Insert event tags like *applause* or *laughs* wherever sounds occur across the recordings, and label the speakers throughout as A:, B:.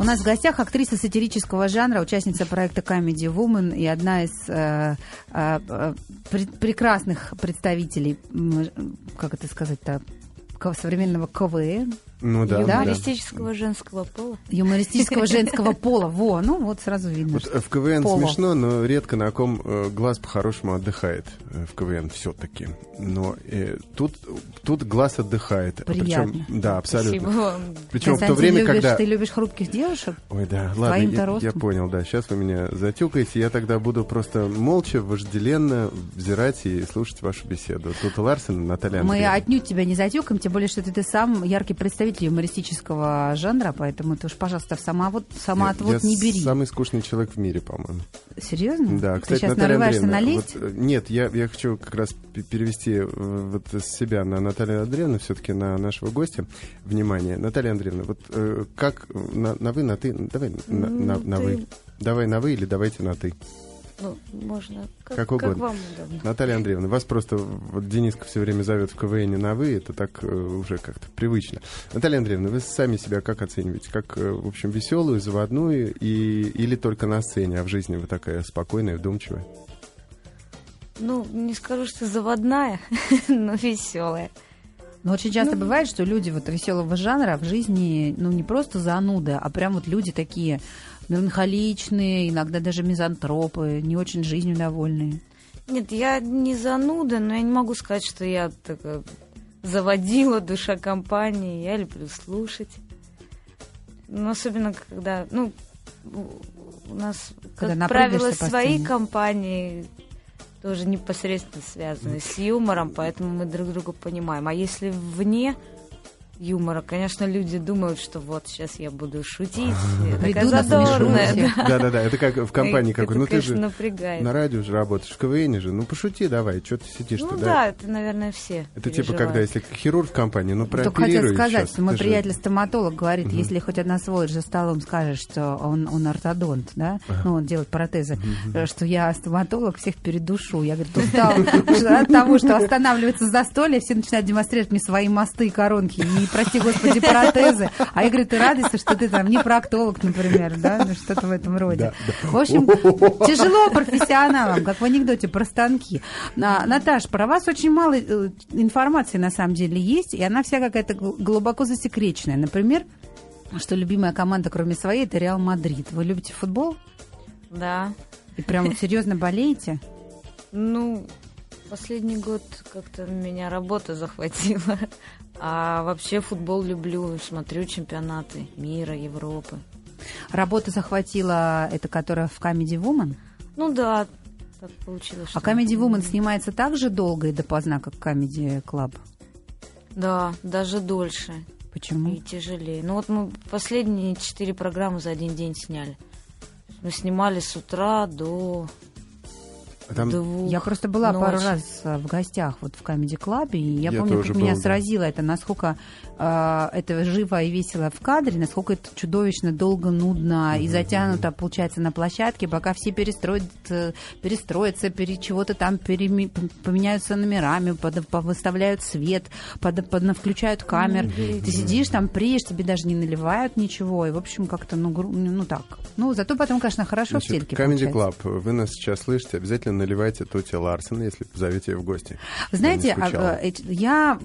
A: У нас в гостях актриса сатирического жанра, участница проекта Comedy Woman и одна из э, э, э, пре- прекрасных представителей, м, как это сказать-то, к- современного КВН,
B: Ну да.
A: Да?
B: да.
C: Юмористического женского пола.
A: юмористического женского пола. Во, ну вот сразу видно.
B: Вот э, в КВН
A: Пола.
B: смешно, но редко на ком э, глаз по-хорошему отдыхает э, в КВН все-таки. Но э, тут, тут глаз отдыхает.
A: Приятно.
B: Причем, да, абсолютно.
C: Спасибо вам.
B: Причем в то
A: Константин,
B: время,
A: любишь-
B: когда...
A: Ты любишь хрупких девушек?
B: Ой, да, ладно,
A: твоим-то
B: я,
A: ростом.
B: я понял, да. Сейчас вы меня затюкаете, я тогда буду просто молча, вожделенно взирать и слушать вашу беседу. Тут Ларсен, Наталья
A: Мы
B: Андреевна.
A: отнюдь тебя не затюкаем, тем более, что ты, ты сам яркий представитель юмористического жанра, поэтому ты уж, пожалуйста, сама а вот сама
B: Я-
A: отвод
B: я
A: не бери.
B: самый скучный человек в мире, по-моему.
A: Серьезно?
B: Да,
A: ты
B: кстати,
A: сейчас
B: Наталья
A: нарываешься
B: Андреевна,
A: на лесть?
B: вот, э, нет, я, я хочу как раз п- перевести э, вот с себя на Наталью Андреевну, все-таки на нашего гостя. Внимание. Наталья Андреевна, вот э, как э, на, на вы, на ты, давай на,
C: Ну,
B: на- на
C: ты-
B: вы. Давай на вы или давайте на ты.
C: Ну, можно.
B: Как
C: Как, как
B: угодно.
C: вам удобно.
B: Наталья Андреевна, вас просто вот Дениска все время зовет в КВН на вы, это так э, уже как-то привычно. Наталья Андреевна, вы сами себя как оцениваете? Как, э, в общем, веселую, заводную и, или только на сцене, а в жизни вы такая спокойная, вдумчивая?
C: Ну, не скажу, что заводная, *laughs* но веселая.
A: Но очень часто бывает, что люди вот веселого жанра в жизни, ну, не просто зануды, а прям вот люди такие меланхоличные, иногда даже мизантропы, не очень жизнью довольные.
C: Нет, я не зануда, но я не могу сказать, что я такая заводила душа компании. Я люблю слушать. Ну, особенно когда, ну, у у нас,
A: Когда
C: как правило,
A: напрыгаешься по
C: свои
A: сцене.
C: компании тоже непосредственно связаны с юмором, поэтому мы друг друга понимаем. А если вне юмора, конечно, люди думают, что вот сейчас я буду шутить, я такая
A: Ведут нас на
C: задорная.
A: шутки.
C: да.
B: Да-да-да, это как в компании
C: Это,
B: какой. Ну ты
C: конечно,
B: же
C: напрягает.
B: на радио же работаешь, в КВН же. Ну пошути давай, что ты сидишь
C: Ну
B: туда?
C: да, это, наверное, все.
B: Это типа
C: переживают.
B: когда, если хирург в компании, ну
A: Только хотел
B: прооперируй
A: сказать,
B: сейчас,
A: что мой
B: ты же-
A: приятель-стоматолог говорит, если хоть одна сволочь за столом скажет, что он, он ортодонт, да, ну, он делает протезы, э, что я стоматолог, всех передушу. Я, говорит, устал от того, что останавливается застолье, все начинают демонстрировать мне свои мосты и коронки, и, прости господи, протезы. А я, говорю, ты радуйся, что ты там не проктолог, например, да, ну, что-то в этом роде.
B: Да,
A: В общем, тяжело профессионалам, как в анекдоте про станки. А, Наташ, про вас очень мало э, информации на самом деле есть, и она вся какая-то гл- глубоко засекреченная. Например, что любимая команда, кроме своей, это Реал Мадрид. Вы любите футбол?
C: Да.
A: И прям вот серьезно болеете?
C: Ну, последний год как-то меня работа захватила. *laughs* А вообще футбол люблю, смотрю чемпионаты мира, Европы.
A: Работа захватила, это которая в Comedy Woman.
C: Ну да, так получилось.
A: А
C: что-
A: Comedy Woman снимается так же долго и допоздна, как Comedy Club.
C: Да, даже дольше и
A: Почему?
C: тяжелее. Ну вот мы последние четыре программы за один день сняли. Мы снимали с утра до
B: А там-
C: двух.
A: Я просто была
C: ночи.
A: пару раз э, в гостях вот в Камеди Клабе, и я,
B: Я
A: помню,
B: тоже
A: как меня
B: был, да.
A: сразило это, насколько э, это живо и весело в кадре, насколько это чудовищно долго, нудно и затянуто, получается, на площадке, пока все перестроят, э, перестроятся, пере, чего-то там переми- п- поменяются номерами, под, выставляют свет, под, включают камер. Ты сидишь там, преешь, тебе даже не наливают ничего, и, в общем, как-то, ну, гру- ну так. Ну, зато потом, конечно, хорошо в
B: Значит,
A: тельке
B: Comedy
A: получается.
B: Club, вы нас сейчас слышите, обязательно наливайте Тути Ларсен, если позовете ее в гости.
A: Вы знаете,
B: Я не скучала.
A: а, э, эти- я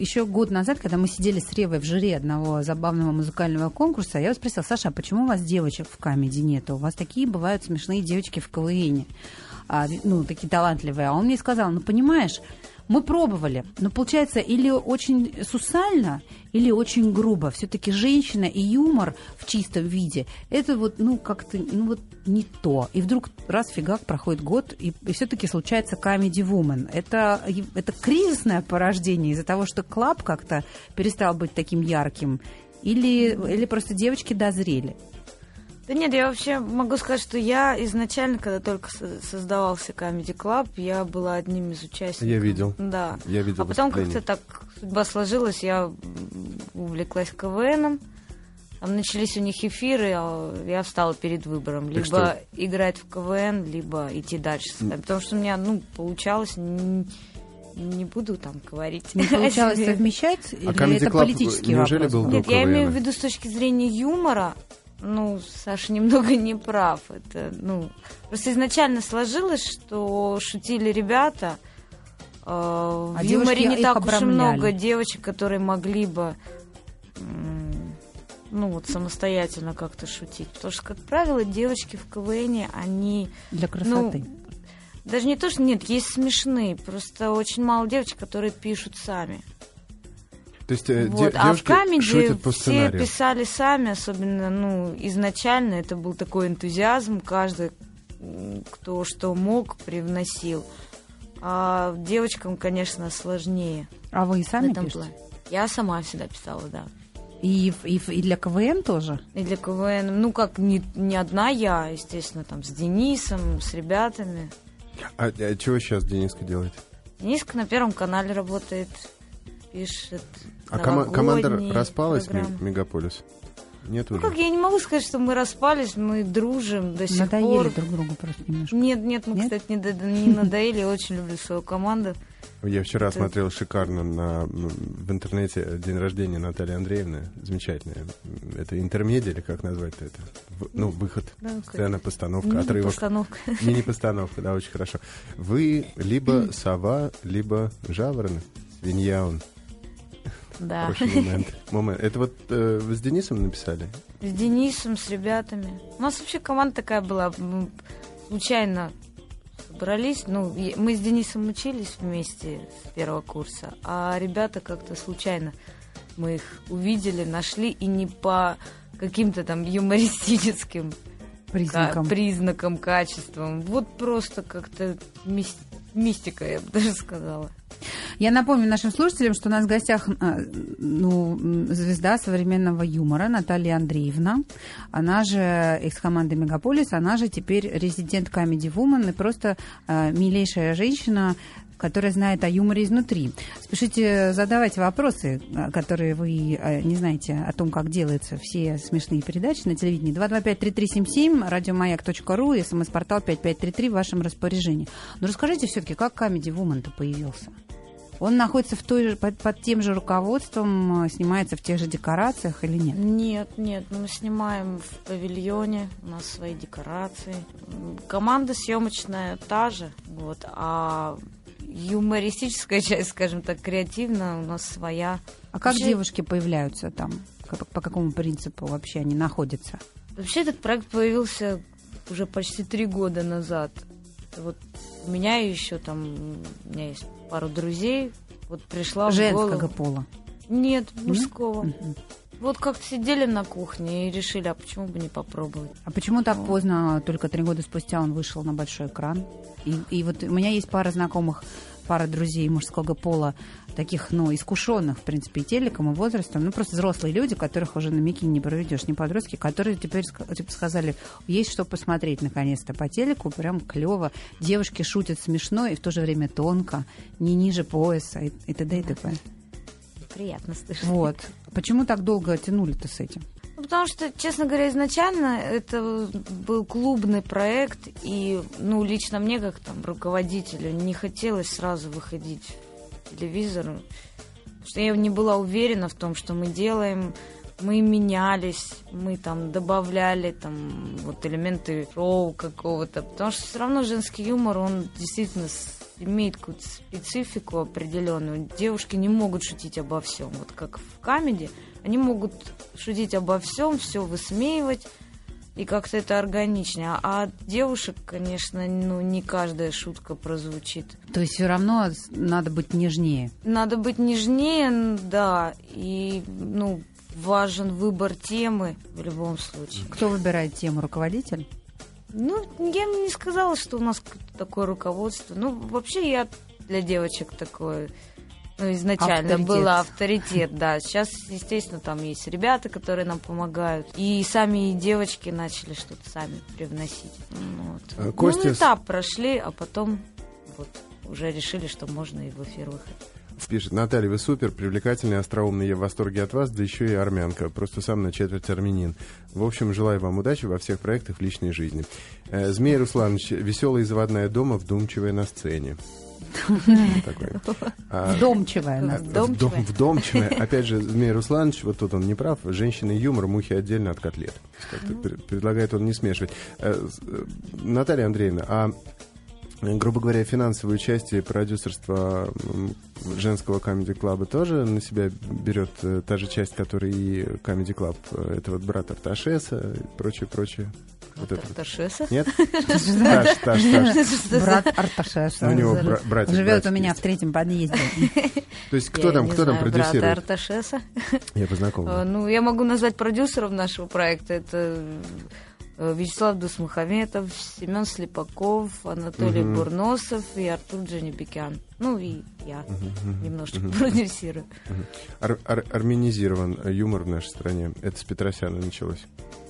A: еще год назад, когда мы сидели с Ревой в жюри одного забавного музыкального конкурса, я вас спросила, Саша, а почему у вас девочек в камеди нету? У вас такие бывают смешные девочки в КВН, а, ну, такие талантливые. А он мне сказал, ну, понимаешь, мы пробовали, но получается или очень сусально, или очень грубо. Все-таки женщина и юмор в чистом виде, это вот, ну, как-то, ну, вот не то. И вдруг раз фигак проходит год, и, все-таки случается Comedy Woman. Это, и- это кризисное порождение из-за того, что клаб как-то перестал быть таким ярким, или, или просто девочки дозрели.
C: Да нет, я вообще могу сказать, что я изначально, когда только со- создавался Comedy Club, я была одним из участников.
B: Я видел.
C: Да.
B: Я видел
C: А потом
B: выступление.
C: как-то так судьба сложилась, я м, увлеклась КВНом. Там начались у них эфиры, а я встала перед выбором. Либо
B: что?
C: играть в КВН, либо идти дальше. Потому что у меня, ну, получалось, н- не буду там говорить. *laughs*
A: Не
C: о
A: получалось
C: себе.
A: совмещать, или
B: А Comedy
A: это
B: Club,
A: политический
B: неужели
A: вопрос?
B: был
A: был?
B: до
C: Нет, я
B: КВН?
C: имею в виду с точки зрения юмора, ну, Саша немного *laughs* не прав. Это, ну, просто изначально сложилось, что шутили ребята. Э, в
A: А
C: юморе
A: девушки
C: не
A: их
C: так уж и
A: обрамляли.
C: много девочек, которые могли бы м, ну вот самостоятельно как-то шутить. Потому что, как правило, девочки в КВН, они
A: Для красоты.
C: даже не то, что нет, есть смешные, просто очень мало девочек, которые пишут сами.
B: То есть э, де-
C: Вот, А в
B: девушки
C: камеди
B: шутят по
C: все
B: сценарию.
C: писали сами, особенно, ну, изначально это был такой энтузиазм, каждый, м, кто что мог, привносил. А девочкам, конечно, сложнее
A: А вы и сами
C: в этом
A: пишете?
C: плане. Я сама всегда писала, да.
A: И, в- и, в- и для КВН тоже?
C: И для КВН, ну, как не, не одна я, естественно, там, с Денисом, с ребятами.
B: А, а чего сейчас Дениска делает?
C: Дениска на Первом канале работает, пишет
B: А кома- команда
C: новогодние
B: распалась,
C: программы.
B: Мег- Мегаполис? Нет
C: Ну
B: уже?
C: как, я не могу сказать, что мы распались, мы дружим до сих
A: Надоели
C: пор.
A: друг другу просто немножко.
C: Нет, нет, мы,
A: Нет?
C: кстати, не, дод- не надоели, я очень люблю свою команду.
B: Я вчера
C: Это-
B: смотрел шикарно на, м, в интернете день рождения Натальи Андреевны. Замечательная. М, Это интермедиа или как назвать-то это? В- ну, выход.
C: Да,
B: Сцена, постановка,
C: Мгм,
B: отрывок.
C: *laughs* Постановка.
B: Мини-постановка, да, очень хорошо. Вы
C: *clears throat*
B: либо сова, либо жаворон. Свинья он.
C: Да.
B: Хороший
C: *laughs*
B: момент. Момент. Это вот э, вы с Денисом написали?
C: С Денисом, с ребятами. У нас вообще команда такая была. Мы случайно собрались. Ну, и- мы с Денисом учились вместе с первого курса, а ребята как-то случайно мы их увидели, нашли и не по каким-то там юмористическим
A: Признаком.
C: Ка- признаком, качеством. Вот просто как-то мис- мистика, я бы *laughs* даже сказала.
A: Я напомню нашим слушателям, что у нас в гостях а, ну, м, звезда современного юмора Наталья Андреевна. Она же экс-команды «Мегаполис», она же теперь резидент Comedy Woman и просто а, милейшая женщина, которая знает о юморе изнутри. Спешите задавать вопросы, а, которые вы а, не знаете о том, как делаются все смешные передачи на телевидении. 225-3377, радиомаяк.ру и смс-портал 5533 в вашем распоряжении. Но Ну, расскажите все-таки, как Comedy Woman-то появился? Он находится в той же, под, под тем же руководством, э, снимается в тех же декорациях или нет?
C: Нет, нет, ну мы снимаем в павильоне, у нас свои декорации. М, Команда съемочная та же, вот, а юмористическая *laughs* часть, скажем так, креативная у нас своя.
A: А как
C: Вообще-
A: девушки появляются там? Как- по какому принципу вообще они находятся?
C: Вообще этот проект появился уже почти три года назад. Вот у меня еще там, у меня есть пару друзей, вот пришла в
A: Женского
C: голову-
A: пола.
C: Нет, мужского.
A: Мгм.
C: Вот как-то сидели на кухне и решили, а почему бы не попробовать?
A: А почему так
C: Ну.
A: поздно, только три года спустя он вышел на большой экран? И, и вот у меня есть пара знакомых, пара друзей мужского пола, таких, ну, искушенных, в принципе, и телеком, и возрастом, ну, просто взрослые люди, которых уже на микине не проведешь, не подростки, которые теперь ска- типа, сказали, есть что посмотреть, наконец-то, по телеку, прям клево, девушки шутят смешно и в то же время тонко, не ниже пояса и, и т.д. и т.п.
C: Приятно слышать.
A: Вот. Почему так долго тянули-то с этим?
C: Ну, потому что, честно говоря, изначально это был клубный проект, и, ну, лично мне, как там руководителю, не хотелось сразу выходить в телевизор, потому что я не была уверена в том, что мы делаем. Мы менялись, мы там добавляли там вот элементы шоу какого-то, потому что все равно женский юмор, он действительно с- имеет какую-то специфику определенную. Девушки не могут шутить обо всем, вот как в камеди, они могут шутить обо всем, все высмеивать, и как-то это органичнее. А- А от девушек, конечно, ну не каждая шутка прозвучит.
A: То есть все равно с- надо быть нежнее.
C: Надо быть нежнее, н- да, и ну важен выбор темы в любом случае.
A: Кто выбирает тему? Руководитель?
C: Ну, я бы не сказала, что у нас какое-то такое руководство. Ну, вообще я для девочек такое ну, изначально
A: Авторитет.
C: была авторитет, да. Сейчас, естественно, там есть ребята, которые нам помогают. И сами девочки начали что-то сами привносить. Ну, вот.
B: А,
C: Ну,
B: Костя, с-
C: этап прошли, а потом вот уже решили, что можно и в эфир выходить.
B: Пишет, Наталья, вы супер, привлекательный, остроумный, я в восторге от вас, да еще и армянка, просто сам на четверть армянин. В общем, желаю вам удачи во всех проектах в личной жизни. Э, Змей Русланович, веселая и заводная дома, вдумчивая на сцене. Такой. А,
A: Вдомчивая
B: *laughs*
A: она.
C: Вдомчивая.
B: вдом-
C: *laughs*
B: вдомчивая. Опять же, Змей Русланович, вот тут он не прав, женщины юмор, мухи отдельно от котлет. Как-то пр- Предлагает он не смешивать. Э, с- э, Наталья Андреевна, а э, грубо говоря, финансовую часть и продюсерство м, женского Comedy Club тоже на себя берет э, та же часть, которая и Comedy Club, э, это вот брат Арташеса и прочее, прочее. Вот это. вот.
C: Арташесов? *laughs*
B: Нет? Таш, Таш, Таш.
C: Что за-
A: Брат Арташев.
B: У него бра- братик,
A: Живет у
B: братик
A: меня
B: есть.
A: в третьем подъезде.
B: То есть кто
C: Я
B: там,
C: не
B: кто там
C: знаю, брата
B: продюсирует?
C: Арташеса.
B: Я познакомлю.
C: Э, Ну, я могу назвать продюсеров нашего проекта. Это э, Вячеслав Дусмухаметов, Семен Слепаков, Анатолий
B: Мгм.
C: Бурносов и Артур Джанибекян. Ну и я
B: Мгм.
C: немножечко
B: Мгм.
C: продюсирую.
B: Ар- ар- армянизирован э, юмор в нашей стране. Это с Петросяна началось. *laughs*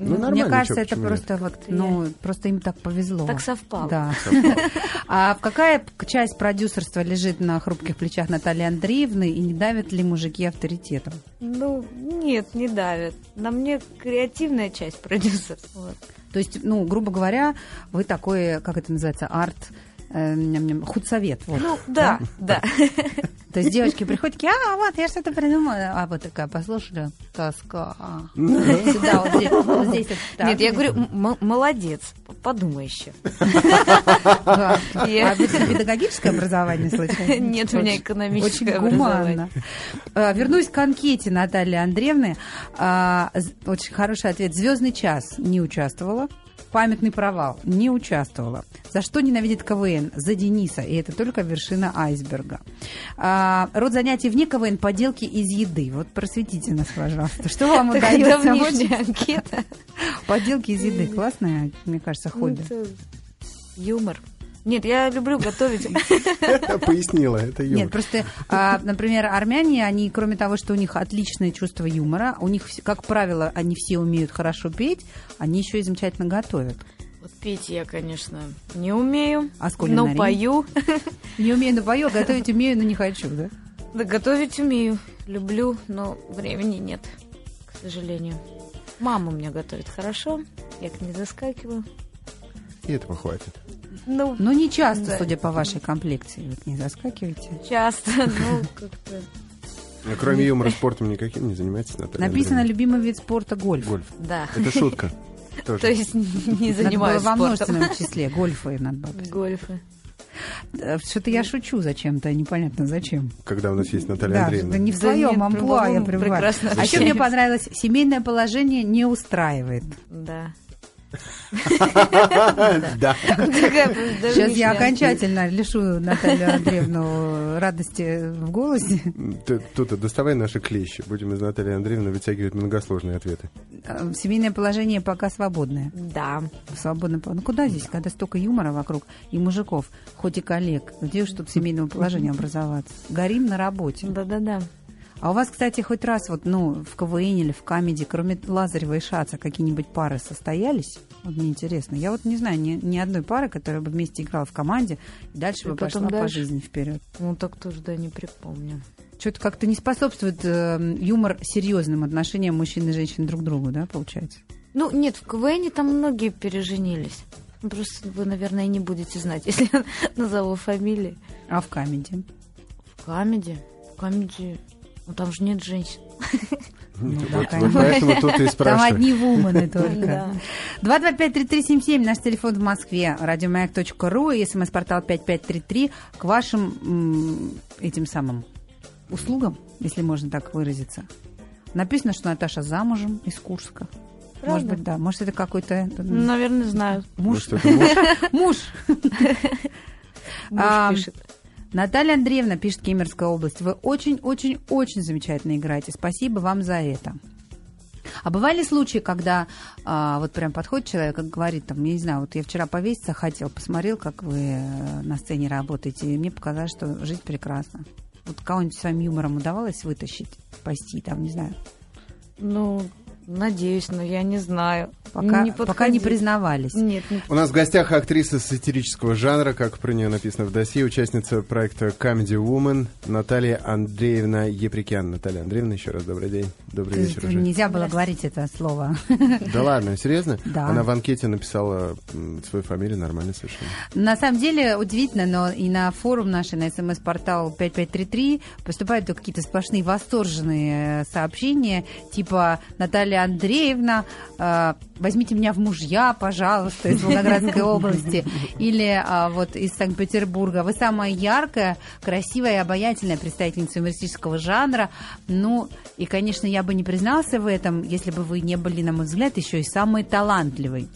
B: Ну,
C: Ну,
A: Мне
B: нормально,
A: кажется,
B: чё,
A: это
B: почему
A: просто вот, ну, просто им так повезло.
C: Так совпало.
A: Да. *laughs* А в какая часть продюсерства лежит на хрупких плечах Натальи Андреевны и не давят ли мужики авторитетом?
C: Ну, нет, не давит. На мне креативная часть продюсерства. Вот.
A: То есть, ну, грубо говоря, вы такой, как это называется, арт э, ням-ням, худсовет. Вот.
C: Ну, да, да.
A: То есть девочки приходят такие, а, вот, я что-то придумала. А вот такая, послушали, тоска. а». Сюда, вот здесь, вот здесь. вот так.
C: Нет, я говорю, м- м- молодец, п-
B: *laughs*
C: подумай еще.
A: Да.
C: Я-
A: А вы педагогическое образование случайно?
C: Нет, у меня
A: Очень-
C: экономическое
A: Очень
C: образование.
A: гуманно. А, Вернусь к анкете Натальи Андреевны. А, з- Очень хороший ответ. Звездный час не участвовала. Памятный провал не участвовала. За что ненавидит КВН? За Дениса. И это только вершина айсберга. А, род занятий вне КВН поделки из еды. Вот просветите нас, пожалуйста. Что
C: *laughs*
A: вам
C: Такая
A: удается?
C: давнишняя
A: очень?
C: анкета.
A: Поделки из еды. Классное, мне кажется, хобби.
C: Ну, это Юмор. Нет, я люблю готовить.
B: *laughs* Пояснила, это
A: Нет,
B: юмор.
A: просто, а, например, армяне, они, кроме того, что у них отличное чувство юмора, у них, вс- как правило, они все умеют хорошо петь, они еще и замечательно готовят.
C: *laughs* Вот петь я, конечно, не умею.
A: А с
C: но
A: кулинарией?
C: пою. *laughs*
A: Не умею, но пою, а готовить умею, но не хочу, да?
C: Да готовить умею. Люблю, но времени нет, к сожалению. Мама мне готовит хорошо, я к ней заскакиваю.
B: И этого хватит.
C: Ну,
A: Но не часто,
C: Да.
A: судя по вашей комплекции, вы к ней заскакиваете.
C: часто, *laughs* ну, как-то...
B: А Кроме юмора, спортом никаким не занимайтесь, Наталья
A: Написано
B: Андреевна.
A: «любимый вид спорта – гольф».
B: Гольф.
C: Да.
B: *laughs*
A: *laughs*
B: Это шутка.
C: То
B: Тоже.
C: есть не
A: Надо было
C: занимаюсь
A: во
C: спортом.
A: множественном числе гольфы надо было.
C: *laughs* Гольфы.
A: Э, Что-то я шучу зачем-то, непонятно зачем.
B: Когда у нас есть Наталья
A: Да, что-то
B: Андреевна.
A: не в
C: Да
A: своем
C: нет,
A: амплуа я
C: по-моему,
A: пребываю.
C: прекрасно
A: А еще мне
C: общаемся.
A: понравилось, семейное положение не устраивает.
C: Да.
B: Да.
C: Сейчас
A: Сейчас я окончательно лишу Наталью Андреевну радости в голосе.
B: Ты- Тут доставай наши клещи. Будем из Натальи Андреевны вытягивать многосложные ответы.
A: Э, Семейное положение пока свободное.
C: Да.
A: Свободное пол- Ну куда здесь, когда столько юмора вокруг и мужиков, хоть и коллег? Где уж тут семейного положения образоваться? Горим на работе.
C: Да-да-да.
A: А у вас, кстати, хоть раз вот, ну, в КВН или в Камеди, кроме Лазарева и Шаца, какие-нибудь пары состоялись? Вот мне интересно. Я вот не знаю ни, ни одной пары, которая бы вместе играла в команде, и дальше
C: И
A: бы
C: потом
A: пошла
C: дальше.
A: по жизни вперед.
C: Ну, так тоже, да, не припомню.
A: Что-то как-то не способствует э, юмор серьезным отношениям мужчин и женщин друг к другу, да, получается?
C: Ну, нет, в КВН там многие переженились. Ну, Просто вы, наверное, и не будете знать, *laughs* если я назову фамилии.
A: А в камеди?
C: В Камеди? В Камеди... Ну, там же нет женщин.
A: Ну да,
B: Вот вот
A: конечно.
B: поэтому тут и
A: Там
B: спрашиваю.
A: одни
B: *laughs*
A: вумены только.
C: Да.
A: 225-3377, наш телефон в Москве, радиомаяк.ру и смс-портал 5533 к вашим м, этим самым услугам, если можно так выразиться. Написано, что Наташа замужем из Курска. Может
C: Правда?
A: быть, да. Может, это какой-то
C: Ну,
A: м,
C: Наверное, знаю.
A: муж.
B: Может, Ну, это муж?
A: Муж.
C: Муж
A: А,
C: пишет.
A: Наталья Андреевна пишет Кемерская область. Вы очень-очень-очень замечательно играете. Спасибо вам за это. А бывали случаи, когда а, вот прям подходит человек и говорит, там, я не знаю, вот я вчера повеситься хотел, посмотрел, как вы э, на сцене работаете, и мне показалось, что жизнь прекрасна. Вот кого-нибудь своим юмором удавалось вытащить, спасти, там, не знаю.
C: Ну, надеюсь, но я не знаю.
A: Пока
C: Не
A: не, пока не
C: подходить.
A: признавались.
C: Нет, не
B: У нас в гостях актриса сатирического жанра, как про нее написано в досье, участница проекта Comedy Woman Наталья Андреевна Еприкян. Наталья Андреевна, еще раз добрый день. Добрый
A: То есть
B: вечер уже.
A: Нельзя было говорить это слово.
B: Да ладно, серьезно?
A: Да.
B: Она в анкете написала м, свою фамилию нормально совершенно.
A: На самом деле удивительно, но и на форум наш, и на смс-портал 5533 поступают только какие-то сплошные восторженные э, сообщения, типа «Наталья Андреевна, э, возьмите меня в мужья, пожалуйста, из Волгоградской области». Или а, вот из Санкт-Петербурга. Вы самая яркая, красивая и обаятельная представительница юмористического жанра. Ну, и, конечно, я бы не признался в этом, если бы вы не были, на мой взгляд, еще и самой талантливой.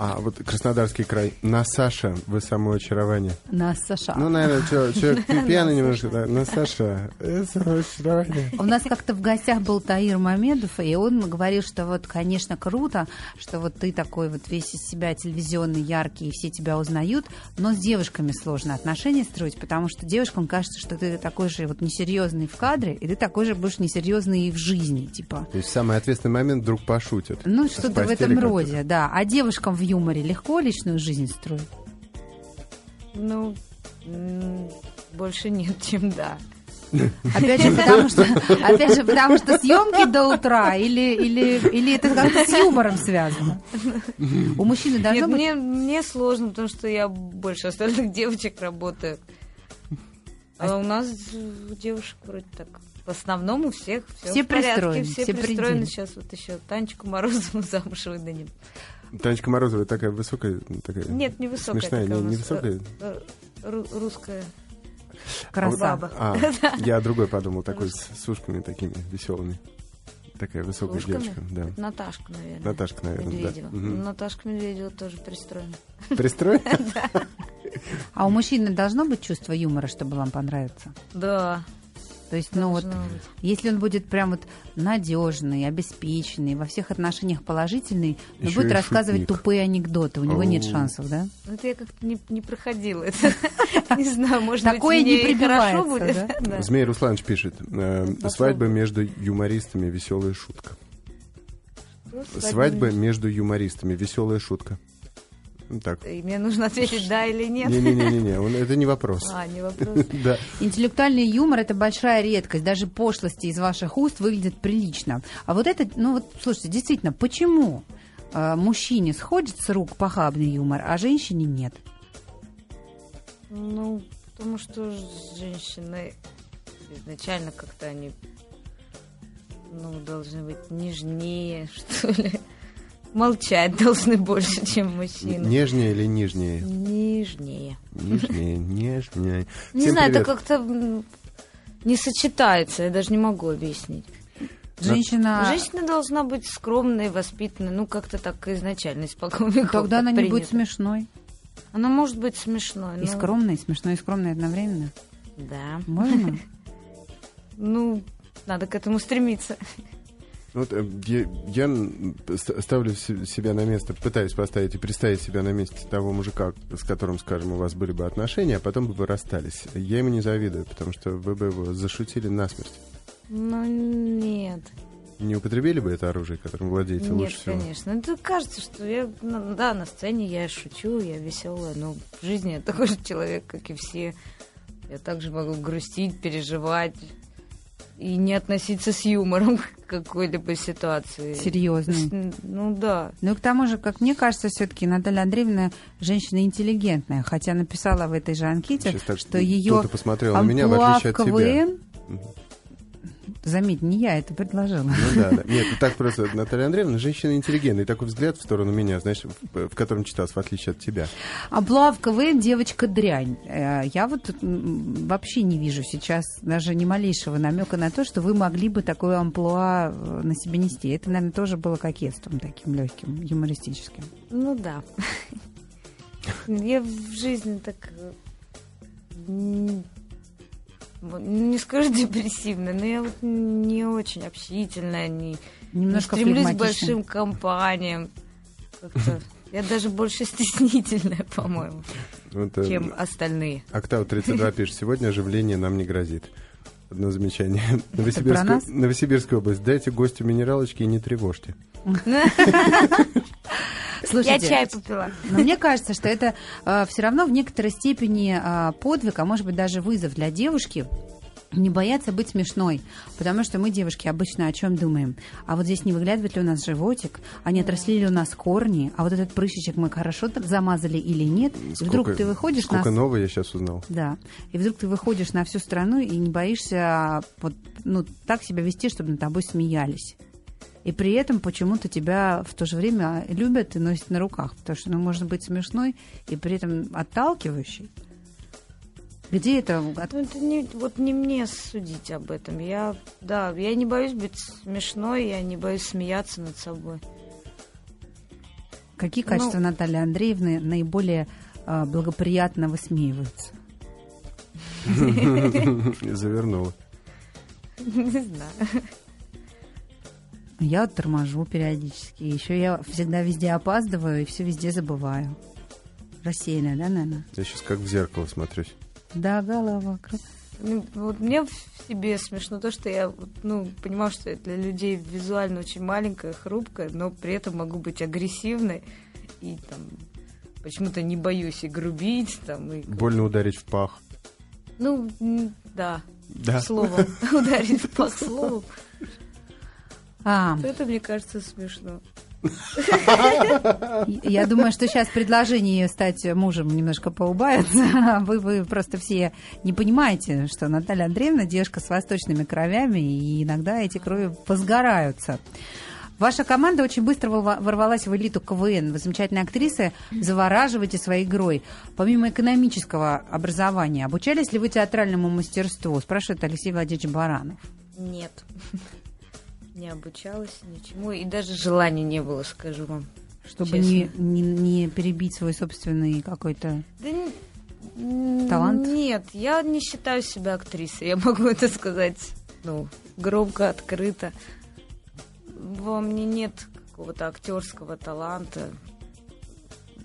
B: А, вот Краснодарский край. На Саша, вы самое очарование.
A: Нас, Саша.
B: Ну, наверное,
A: *laughs*
B: чё- человек пьяный немножко. да. На Саша, э, самое очарование.
A: У нас как-то в гостях был Таир Мамедов, и он говорил, что вот, конечно, круто, что вот ты такой вот весь из себя телевизионный, яркий, и все тебя узнают, но с девушками сложно отношения строить, потому что девушкам кажется, что ты такой же вот несерьезный в кадре, и ты такой же будешь несерьезный и в жизни, типа.
B: То есть в самый ответственный момент вдруг пошутит.
A: Ну,
B: С
A: что-то в
B: постели
A: этом
B: как-то.
A: роде, да. А девушкам в юморе легко личную жизнь
B: *laughs*
A: строить?
C: Ну, м, больше нет, чем да.
A: Опять же, потому что, опять же, потому что съемки до утра или, или, или это как-то с юмором связано? У мужчины должно
C: Нет,
A: быть
C: мне, мне сложно, потому что я больше остальных *laughs* девочек работаю. А у нас у девушек вроде так. В основном у всех все,
A: Все
C: в порядке,
A: пристроены,
C: все,
A: все при
C: пристроены.
A: деле.
C: Сейчас вот еще Танечку Морозову *laughs* замуж выдадим.
B: Танечка Морозова такая высокая. Такая,
C: Нет, не высокая
B: Э, Смешная,
C: такая
B: не-
C: у нас,
B: не высокая?
C: э, ру- русская.
A: краса.
C: баба. *laughs*
B: А, я другой подумал, такой с, с ушками такими веселыми. Такая высокая
C: Ушками?
B: девочка. Да.
C: Это Наташка, наверное.
B: Наташка, наверное, да.
C: Медведева. Ну,
B: Мгм.
C: Наташка Медведева тоже пристроена.
B: *laughs* Пристрой?
A: А у мужчины должно быть чувство юмора, чтобы вам понравиться?
C: Да.
A: То есть, ну вот,
C: должна быть.
A: если он будет прям вот надежный, обеспеченный, во всех отношениях положительный, но
B: Ещё
A: будет
B: и
A: рассказывать
B: шутник.
A: тупые анекдоты, у него нет
B: Оу.
A: шансов, да?
C: Ну, это я как-то не, не проходила это. *laughs* Не знаю, может
A: Такое
C: быть,
A: не
C: мне и хорошо
A: прибивается,
C: будет. *laughs* *laughs* Да.
B: Змей Русланович пишет. э,
C: Попробуй.
B: Свадьба между юмористами, веселая шутка.
C: Ну,
B: Свадьба между юмористами, веселая шутка. Ну, Так.
C: И мне нужно ответить да или нет.
B: Не-не-не-не, он- это не вопрос.
C: А, не вопрос.
B: Да.
A: Интеллектуальный юмор это большая редкость. Даже пошлости из ваших уст выглядят прилично. А вот это, ну вот, слушайте, действительно, почему э, мужчине сходит с рук похабный юмор, а женщине нет?
C: Ну, потому что ж- женщины изначально как-то они ну, должны быть нежнее, *laughs* что ли. Молчать должны больше, чем мужчины.
B: Нежнее или нижнее?
C: Нежнее.
B: Нижнее, нежнее.
C: Не
B: Всем
C: знаю,
B: привет.
C: это как-то м, не сочетается, я даже не могу объяснить.
B: Да.
A: Женщина...
C: Женщина должна быть скромной, воспитанной, ну как-то так изначально испокон веков
A: Тогда
C: так
A: она не
C: принято.
A: будет смешной.
C: Она может быть смешной.
A: И
C: но-
A: скромной, и смешной, и скромной одновременно.
C: Да.
A: Можно?
C: Ну, надо к этому стремиться.
B: Вот, э, я, я, м, ст- ставлю се- себя на место, пытаюсь поставить и представить себя на месте того мужика, с которым, скажем, у вас были бы отношения, а потом бы вы расстались. Я ему не завидую, потому что вы бы его зашутили насмерть.
C: Ну, нет.
B: Не употребили бы это оружие, которым владеете
C: нет,
B: лучше всего?
C: конечно. Ну, Это кажется, что я, ну, да, на сцене я шучу, я веселая, но в жизни я *laughs* такой же человек, как и все. Я также могу грустить, переживать и не относиться с юмором *laughs* к какой-либо ситуации.
A: Серьезно.
C: Ну да.
A: Ну и к тому же, как мне кажется, все-таки Наталья Андреевна женщина интеллигентная, хотя написала в этой же анкете,
B: Сейчас так,
A: что
B: ну,
A: ее
B: кто-то посмотрел на меня, в отличие от тебя.
A: КВН... Заметь, не я это предложила.
B: Ну да, да. Нет, ну так просто, Наталья Андреевна, женщина интеллигентная, и такой взгляд в сторону меня, знаешь, в, в котором читался, в отличие от тебя.
A: Амплуа в КВН девочка дрянь. Э, Я вот м, вообще не вижу сейчас даже ни малейшего намека на то, что вы могли бы такое амплуа э, на себе нести. Это, наверное, тоже было кокетством таким легким, юмористическим.
C: Ну да. *laughs* Я в жизни так... э, м, вот, ну, Не скажу *laughs* депрессивная, но я вот не очень общительная, не, не
A: Немножко
C: стремлюсь к
A: флегматично.
C: большим компаниям. Как-то Я даже больше *laughs* стеснительная, по-моему,
B: Вот, э,
C: чем остальные.
B: Октава 32 пишет, сегодня оживление нам не грозит. Одно замечание.
A: про нас?
B: Новосибирская, Новосибирская область. Дайте гостю минералочки и не тревожьте.
C: Я
A: Слушайте,
C: чай попила.
A: Но мне кажется, что это все равно в некоторой степени э, подвиг, а может быть даже вызов для девушки не бояться быть смешной, потому что мы, девушки, обычно о чем думаем? А вот здесь не выглядывает ли у нас животик, а не отросли ли у нас корни, а вот этот прыщичек мы хорошо так замазали или нет? И вдруг ты выходишь
B: Сколько
A: на...
B: нового я
A: *laughs*
B: сейчас узнал.
A: Да. И вдруг ты выходишь на всю страну и не боишься вот, ну, так себя вести, чтобы над тобой смеялись. И при этом почему-то тебя в то же время любят и носят на руках. Потому что ну, можно быть смешной и при этом отталкивающей. Где это? От-
C: Ну, это не, вот не мне судить об этом. Я, да, я не боюсь быть смешной, я не боюсь смеяться над собой. *laughs*
A: Какие качества Натальи Андреевны наиболее а, благоприятно высмеиваются?
B: Завернула.
C: Не знаю.
A: Я вот торможу периодически. Еще я всегда везде опаздываю и все везде забываю. Рассеянная, да, наверное?
B: Я сейчас как в зеркало смотрюсь.
A: Да, голова. круг-
C: Ну, Вот мне в себе смешно то, что я, вот, ну, понимаю, что я для людей визуально очень маленькая, хрупкая, но при этом могу быть агрессивной и там почему-то не боюсь и грубить там и
B: Больно ударить в пах.
C: ну м, да,
B: Да.
C: словом ударить в пах словом
A: А,
C: это мне кажется смешно
A: Я думаю, что сейчас предложение стать мужем немножко поубавится. *laughs* Вы, вы просто все не понимаете, что Наталья Андреевна девушка с восточными кровями, и иногда эти крови возгораются. Ваша команда очень быстро вова- ворвалась в элиту КВН. Вы замечательные актрисы, завораживаете своей игрой. Помимо экономического образования, обучались ли вы театральному мастерству? Спрашивает Алексей Владимирович Баранов.
C: нет *laughs* не обучалась ничему и даже желания не было скажу вам
A: Чтобы
C: Честно.
A: не, не- не перебить свой собственный какой-то...
C: Да н- н-
A: Талант?
C: Нет, я не считаю себя актрисой. Я могу это сказать, ну, громко, открыто. Во мне нет какого-то актерского таланта.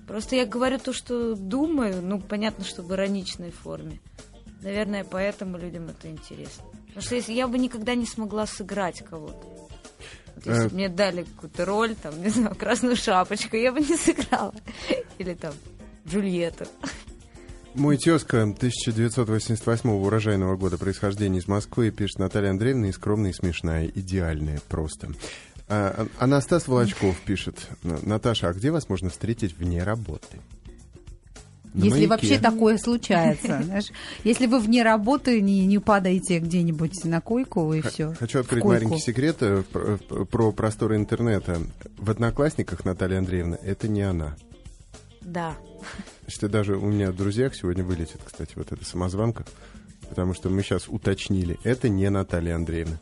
C: Просто я говорю то, что думаю, ну, понятно, что в ироничной форме. Наверное, поэтому людям это интересно. Потому что если я бы никогда не смогла сыграть кого-то. Вот если
B: Э.
C: бы мне дали какую-то роль, там, не знаю, красную шапочку, я бы не сыграла. Или там Джульетту.
B: Мой тезка 1988 урожайного года происхождения из Москвы, пишет Наталья Андреевна, и скромная, и смешная, идеальная просто. А, а- Анастас Волочков пишет. Наташа, а где вас можно встретить вне работы? На
A: Если
B: маяке.
A: вообще такое случается. знаешь. Если вы вне работы, не, не падаете где-нибудь на койку и все.
B: Хочу открыть
A: В койку.
B: маленький секрет э, про, про просторы интернета. В «Одноклассниках» Наталья Андреевна — это не она.
C: Да.
B: Что даже у меня в друзьях сегодня вылетит, кстати, вот эта самозванка, потому что мы сейчас уточнили, это не Наталья Андреевна.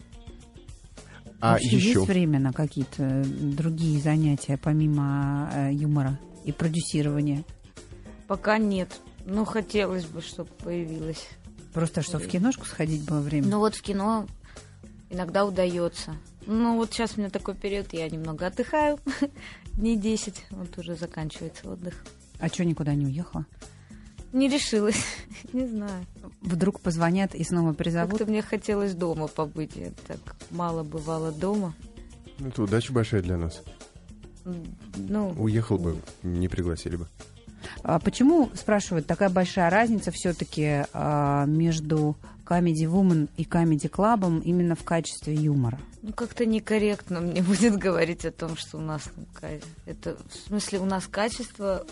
B: А
A: Вообще
B: еще
A: есть время на какие-то э, другие занятия, помимо э, юмора и продюсирования?
C: Пока нет. Ну, хотелось бы, чтобы появилось.
A: Просто что, в киношку сходить было время?
C: Но Ну, вот в кино иногда удается. Ну, вот сейчас у меня такой период, я немного отдыхаю. *laughs* Дней 10, вот уже заканчивается отдых.
A: А что, никуда не уехала?
C: Не решилась, *laughs* не знаю.
A: Вдруг позвонят и снова призовут?
C: Как-то мне хотелось дома побыть. Я так мало бывало дома.
B: Ну, Это удача большая для нас.
C: М, Ну,
B: Уехал бы, не пригласили бы.
A: А почему, спрашивают, такая большая разница все-таки между Comedy Woman и Comedy Club именно в качестве юмора?
C: ну как-то некорректно мне *laughs* будет говорить о том, что у нас там ка- это в смысле у нас качество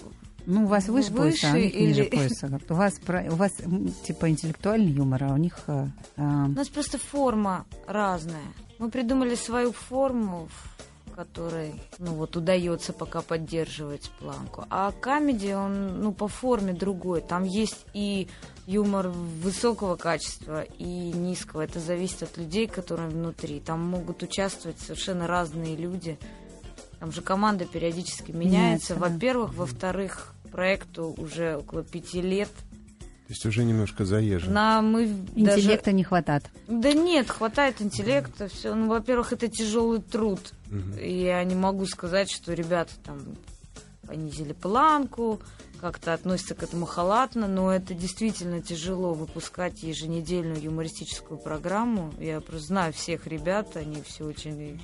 A: Ну, у вас выше,
C: Выше
A: пояса, а у них
C: *laughs*
A: ниже
C: или-
A: пояса. Как-то У вас, про- у вас м, типа интеллектуальный юмор, а у них... э, э,
C: У нас просто форма разная. Мы придумали свою форму, в которой, ну вот, удается пока поддерживать планку. А камеди, он, ну, по форме другой. Там есть и юмор высокого качества, и низкого. Это зависит от людей, которые внутри. Там могут участвовать совершенно разные люди. Там же команда периодически
A: Меняется,
C: меняется.
A: да.
C: Во-первых, во-вторых, проекту уже около пяти лет.
B: То есть уже немножко заезжен.
C: На мы даже-
A: интеллекта не хватает.
C: да нет, хватает интеллекта, все. Ну, во-первых, это тяжелый труд.
B: Мгм.
C: И Я не могу сказать, что ребята там понизили планку, как-то относятся к этому халатно, но это действительно тяжело выпускать еженедельную юмористическую программу. Я просто знаю всех ребят, они все очень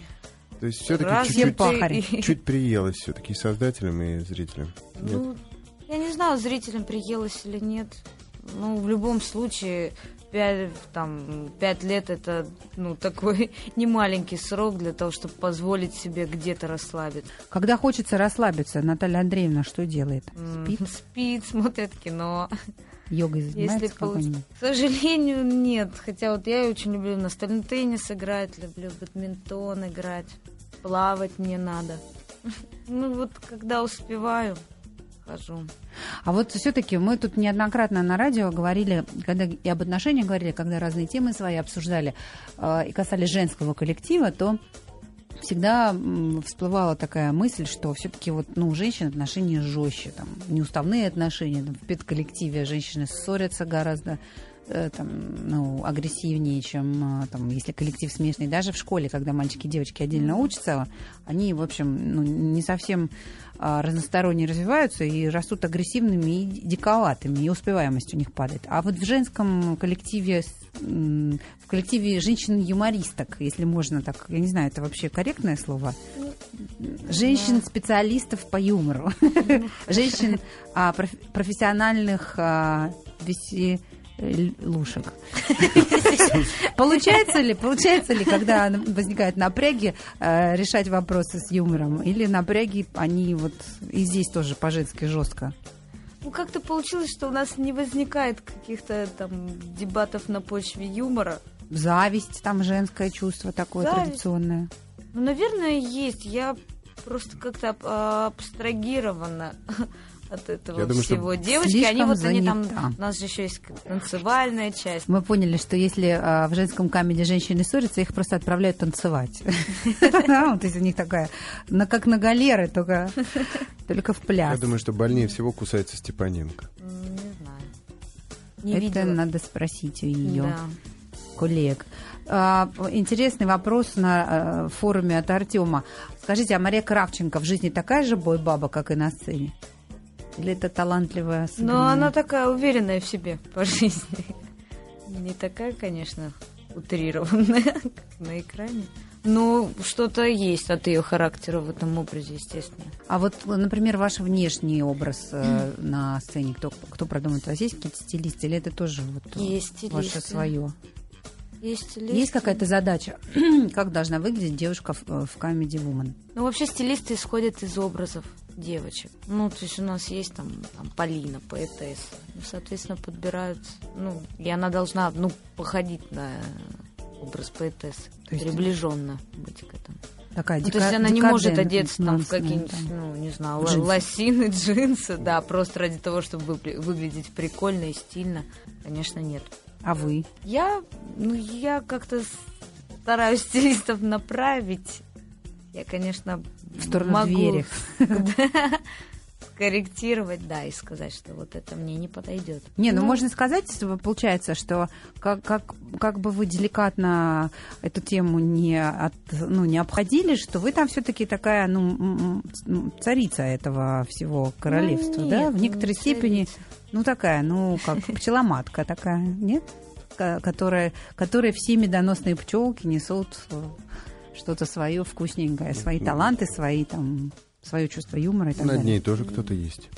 B: То есть все-таки
C: Раз
A: Всем
B: чуть-чуть,
C: ты-
A: пахарь.
B: чуть приелось все-таки создателям и зрителям. Нет?
C: Ну, я не знаю, зрителям приелось или нет. Ну, в любом случае, пять, там, пять лет это, ну, такой *laughs* немаленький срок для того, чтобы позволить себе где-то расслабиться.
A: Когда хочется расслабиться, Наталья Андреевна что делает?
C: М,
A: Спит?
C: Спит, *laughs* смотрит кино.
A: Йогой
C: Если
A: занимается
C: получ-
A: какой-нибудь?
C: К сожалению, нет. Хотя вот я очень люблю настольный теннис играть, люблю бадминтон играть, плавать не надо. *laughs* Ну вот когда успеваю, хожу.
A: А вот все-таки мы тут неоднократно на радио говорили, когда и об отношениях говорили, когда разные темы свои обсуждали э, и касались женского коллектива, то всегда м, всплывала такая мысль, что все-таки вот, ну, у женщин отношения жестче, там, неуставные отношения, там, в педколлективе женщины ссорятся гораздо э, там, ну, агрессивнее, чем э, там, если коллектив смешанный. Даже в школе, когда мальчики и девочки отдельно учатся, они, в общем, ну, не совсем а, разносторонне развиваются и растут агрессивными и диковатыми, и успеваемость у них падает. А вот в женском коллективе, с- м, в коллективе женщин-юмористок, если можно так, я не знаю, это вообще корректное слово, женщин-специалистов по юмору, женщин а, проф- профессиональных а, веселушек. Получается ли, получается ли, когда возникают напряги, э, решать вопросы с юмором? Или напряги, они вот и здесь тоже по-женски жестко?
C: Ну, как-то получилось, что у нас не возникает каких-то там дебатов на почве юмора.
A: Зависть, там женское чувство такое
C: Зависть.
A: традиционное.
C: Ну, наверное, есть. Я просто как-то аб- а, абстрагирована *laughs* от этого
B: Я думаю, что
C: всего. Девочки, они
A: слишком
C: вот они
A: занята.
C: там. У нас же еще есть танцевальная часть.
A: Мы поняли, что если э, в женском камеде женщины ссорятся, их просто отправляют танцевать. *laughs* Да, вот То есть у них такая, на- как на галеры, только только в
B: Я
A: пляс.
B: думаю, что больнее всего кусается Степаненко.
C: М, Не знаю. Не
A: Это
C: видела.
A: надо спросить у нее.
C: Да.
A: коллег. А, Интересный вопрос на э, форуме от Артема. Скажите, а Мария Кравченко в жизни такая же бой-баба, как и на сцене? Или это талантливая
C: Но
A: современная?
C: Ну, она такая уверенная в себе по *laughs* жизни. Не такая, конечно, утрированная, *laughs* как на экране. Но что-то есть от ее характера в этом образе, естественно.
A: А вот, например, ваш внешний образ э, на сцене, кто, кто продумает? У вас есть какие-то стилисты? Или это тоже вот
C: Есть
A: ваше
C: стилисты.
A: свое?
C: Есть, стилисты.
A: Есть какая-то задача? *clears throat* как должна выглядеть девушка в, э, в Comedy Woman?
C: Ну, вообще стилисты исходят из образов девочек. Ну, то есть у нас есть там, там Полина, поэтесса. Ну, соответственно, подбирают... Ну, и она должна, ну, походить на образ поэтессы.
A: То есть-
C: Приближенно быть к этому.
A: Такая
C: Ну, то
A: дека-
C: есть она не может
A: декадент-
C: одеться там в
A: нонсная,
C: какие-нибудь,
A: там.
C: ну, не знаю, л-
A: Джинсы.
C: лосины, *laughs* джинсы, да, просто ради того, чтобы выпли- выглядеть прикольно и стильно. Конечно, нет.
A: А вы?
C: Я, ну, я как-то стараюсь *laughs* стилистов направить. Я, конечно,
A: В сторону
C: могу
A: двери.
C: *laughs*
A: *laughs*
C: да, скорректировать, да, и сказать, что вот это мне не подойдет.
A: Не, ну, можно сказать, что получается, что как, как, как бы вы деликатно эту тему не, от, ну, не обходили, что вы там все-таки такая, ну, м, м, царица этого всего королевства,
C: Ну,
A: да?
C: нет,
A: В некоторой
C: не
A: степени,
C: царица.
A: ну, такая, ну,
C: *laughs*
A: как пчеломатка такая, нет? Ко- Которая, которой все медоносные пчелки несут э, что-то свое вкусненькое, свои таланты, свои там свое чувство юмора и так
B: Над
A: далее.
B: ней тоже кто-то есть.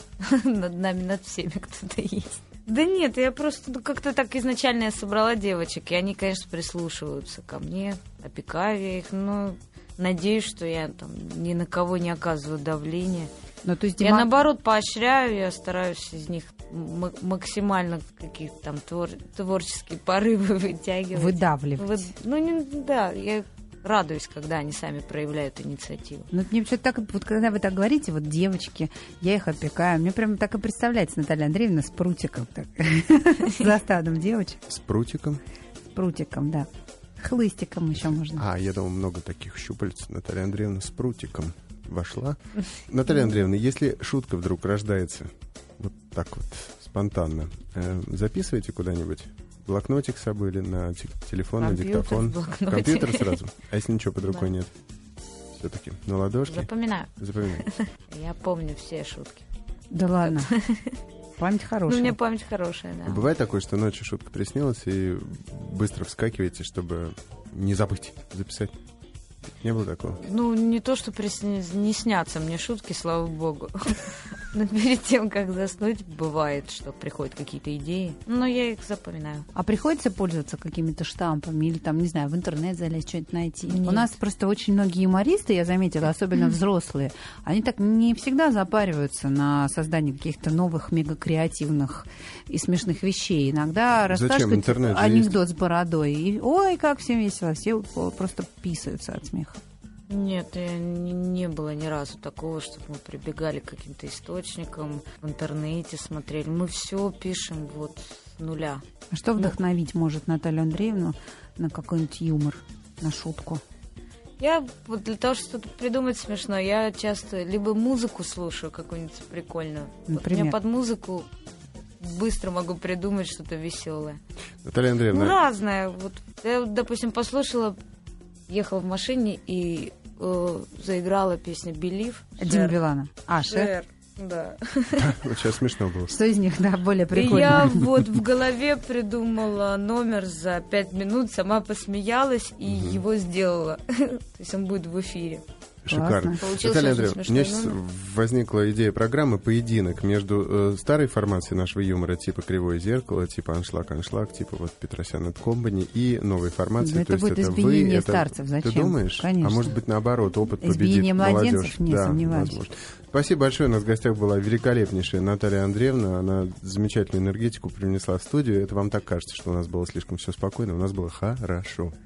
C: над нами, над всеми кто-то есть. Да нет, я просто ну, как-то так изначально я собрала девочек, и они, конечно, прислушиваются ко мне, опекаю я их, но надеюсь, что я там ни на кого не оказываю давления.
A: Ну, то есть
C: Я
A: демон-
C: наоборот поощряю, я стараюсь из них м- максимально какие-то там твор- творческие порывы *laughs* вытягивать.
A: выдавливать.
C: Вы- Ну, не- да, я радуюсь, когда они сами проявляют инициативу.
A: Ну, вот мне что-то так, вот когда вы так говорите, вот девочки, я их опекаю, мне прям так и представляется Наталья Андреевна с прутиком, так, *laughs* с застадом девочек,
B: С прутиком.
A: с прутиком, да. Хлыстиком еще можно.
B: А, я думал, много таких щупалец. Наталья Андреевна с прутиком вошла. Наталья Андреевна, если шутка вдруг рождается вот так вот, спонтанно, э, записывайте куда-нибудь? Блокнотик с собой или на те- телефон,
C: Компьютер,
B: на диктофон?
C: блокнотик.
B: Компьютер
C: *laughs*
B: сразу? А если ничего под рукой
C: Да.
B: нет? Все-таки на ладошке?
C: Запоминаю. *laughs*
B: Запоминай.
C: Я помню все шутки.
A: Да ладно. Память
C: Ну, у меня
A: хорошая.
C: память хорошая, да.
B: А Бывает такое, что ночью шутка приснилась и быстро вскакиваете, чтобы не забыть записать? Не было такого?
C: Ну, не то, что присни- не снятся мне шутки, слава богу. *laughs* Но перед тем, как заснуть, бывает, что приходят какие-то идеи. Но я их запоминаю.
A: А приходится пользоваться какими-то штампами или там, не знаю, в интернет залезть, что-нибудь найти?
C: Нет.
A: У нас просто очень многие юмористы, я заметила, особенно взрослые, они так не всегда запариваются на создании каких-то новых мегакреативных и смешных вещей. Иногда
B: Зачем?
A: расскажут
B: Интернет же
A: анекдот с бородой, и ой, как всем весело, все просто писаются от смеха.
C: Нет, я не, не было ни разу такого, чтобы мы прибегали к каким-то источникам, в интернете смотрели. Мы все пишем вот с нуля.
A: А что вдохновить может Наталью Андреевну на какой-нибудь юмор, на шутку?
C: Я вот для того, чтобы что-то придумать смешно, я часто либо музыку слушаю какую-нибудь прикольную.
A: Например?
C: Вот я под музыку быстро могу придумать что-то веселое.
B: Наталья Андреевна,
C: Ну, разное. Вот я, вот, допустим, послушала, ехала в машине и э, заиграла песня Белив.
A: Дима Билана. А, Шер?
C: Да.
B: вот сейчас смешно было.
A: Что из них, да, более
C: И я
A: прикольно?
C: вот в голове придумала номер за пять минут, сама посмеялась и
B: Мгм.
C: его сделала. *laughs* То есть он будет в эфире.
B: Шикарно.
C: Получился
B: Наталья
C: очень
B: Андреевна, у меня сейчас
C: смешной номер.
B: возникла идея программы поединок между э, старой формацией нашего юмора, типа «Кривое зеркало», типа «Аншлаг, аншлаг», типа вот «Петросян от Компани» и новой формации.
A: Ну, это
B: то есть
A: будет
B: это вы,
A: избиение
B: это-
A: старцев. Зачем?
B: Ты думаешь?
A: Конечно.
B: А может быть, наоборот, опыт
A: Избиение
B: победит
A: младенцев?
B: молодежь.
A: Не
B: да,
A: сомневаюсь.
B: возможно. Спасибо большое. У нас в гостях была великолепнейшая Наталья Андреевна. Она замечательную энергетику принесла в студию. Это вам так кажется, что у нас было слишком все спокойно. У нас было хорошо.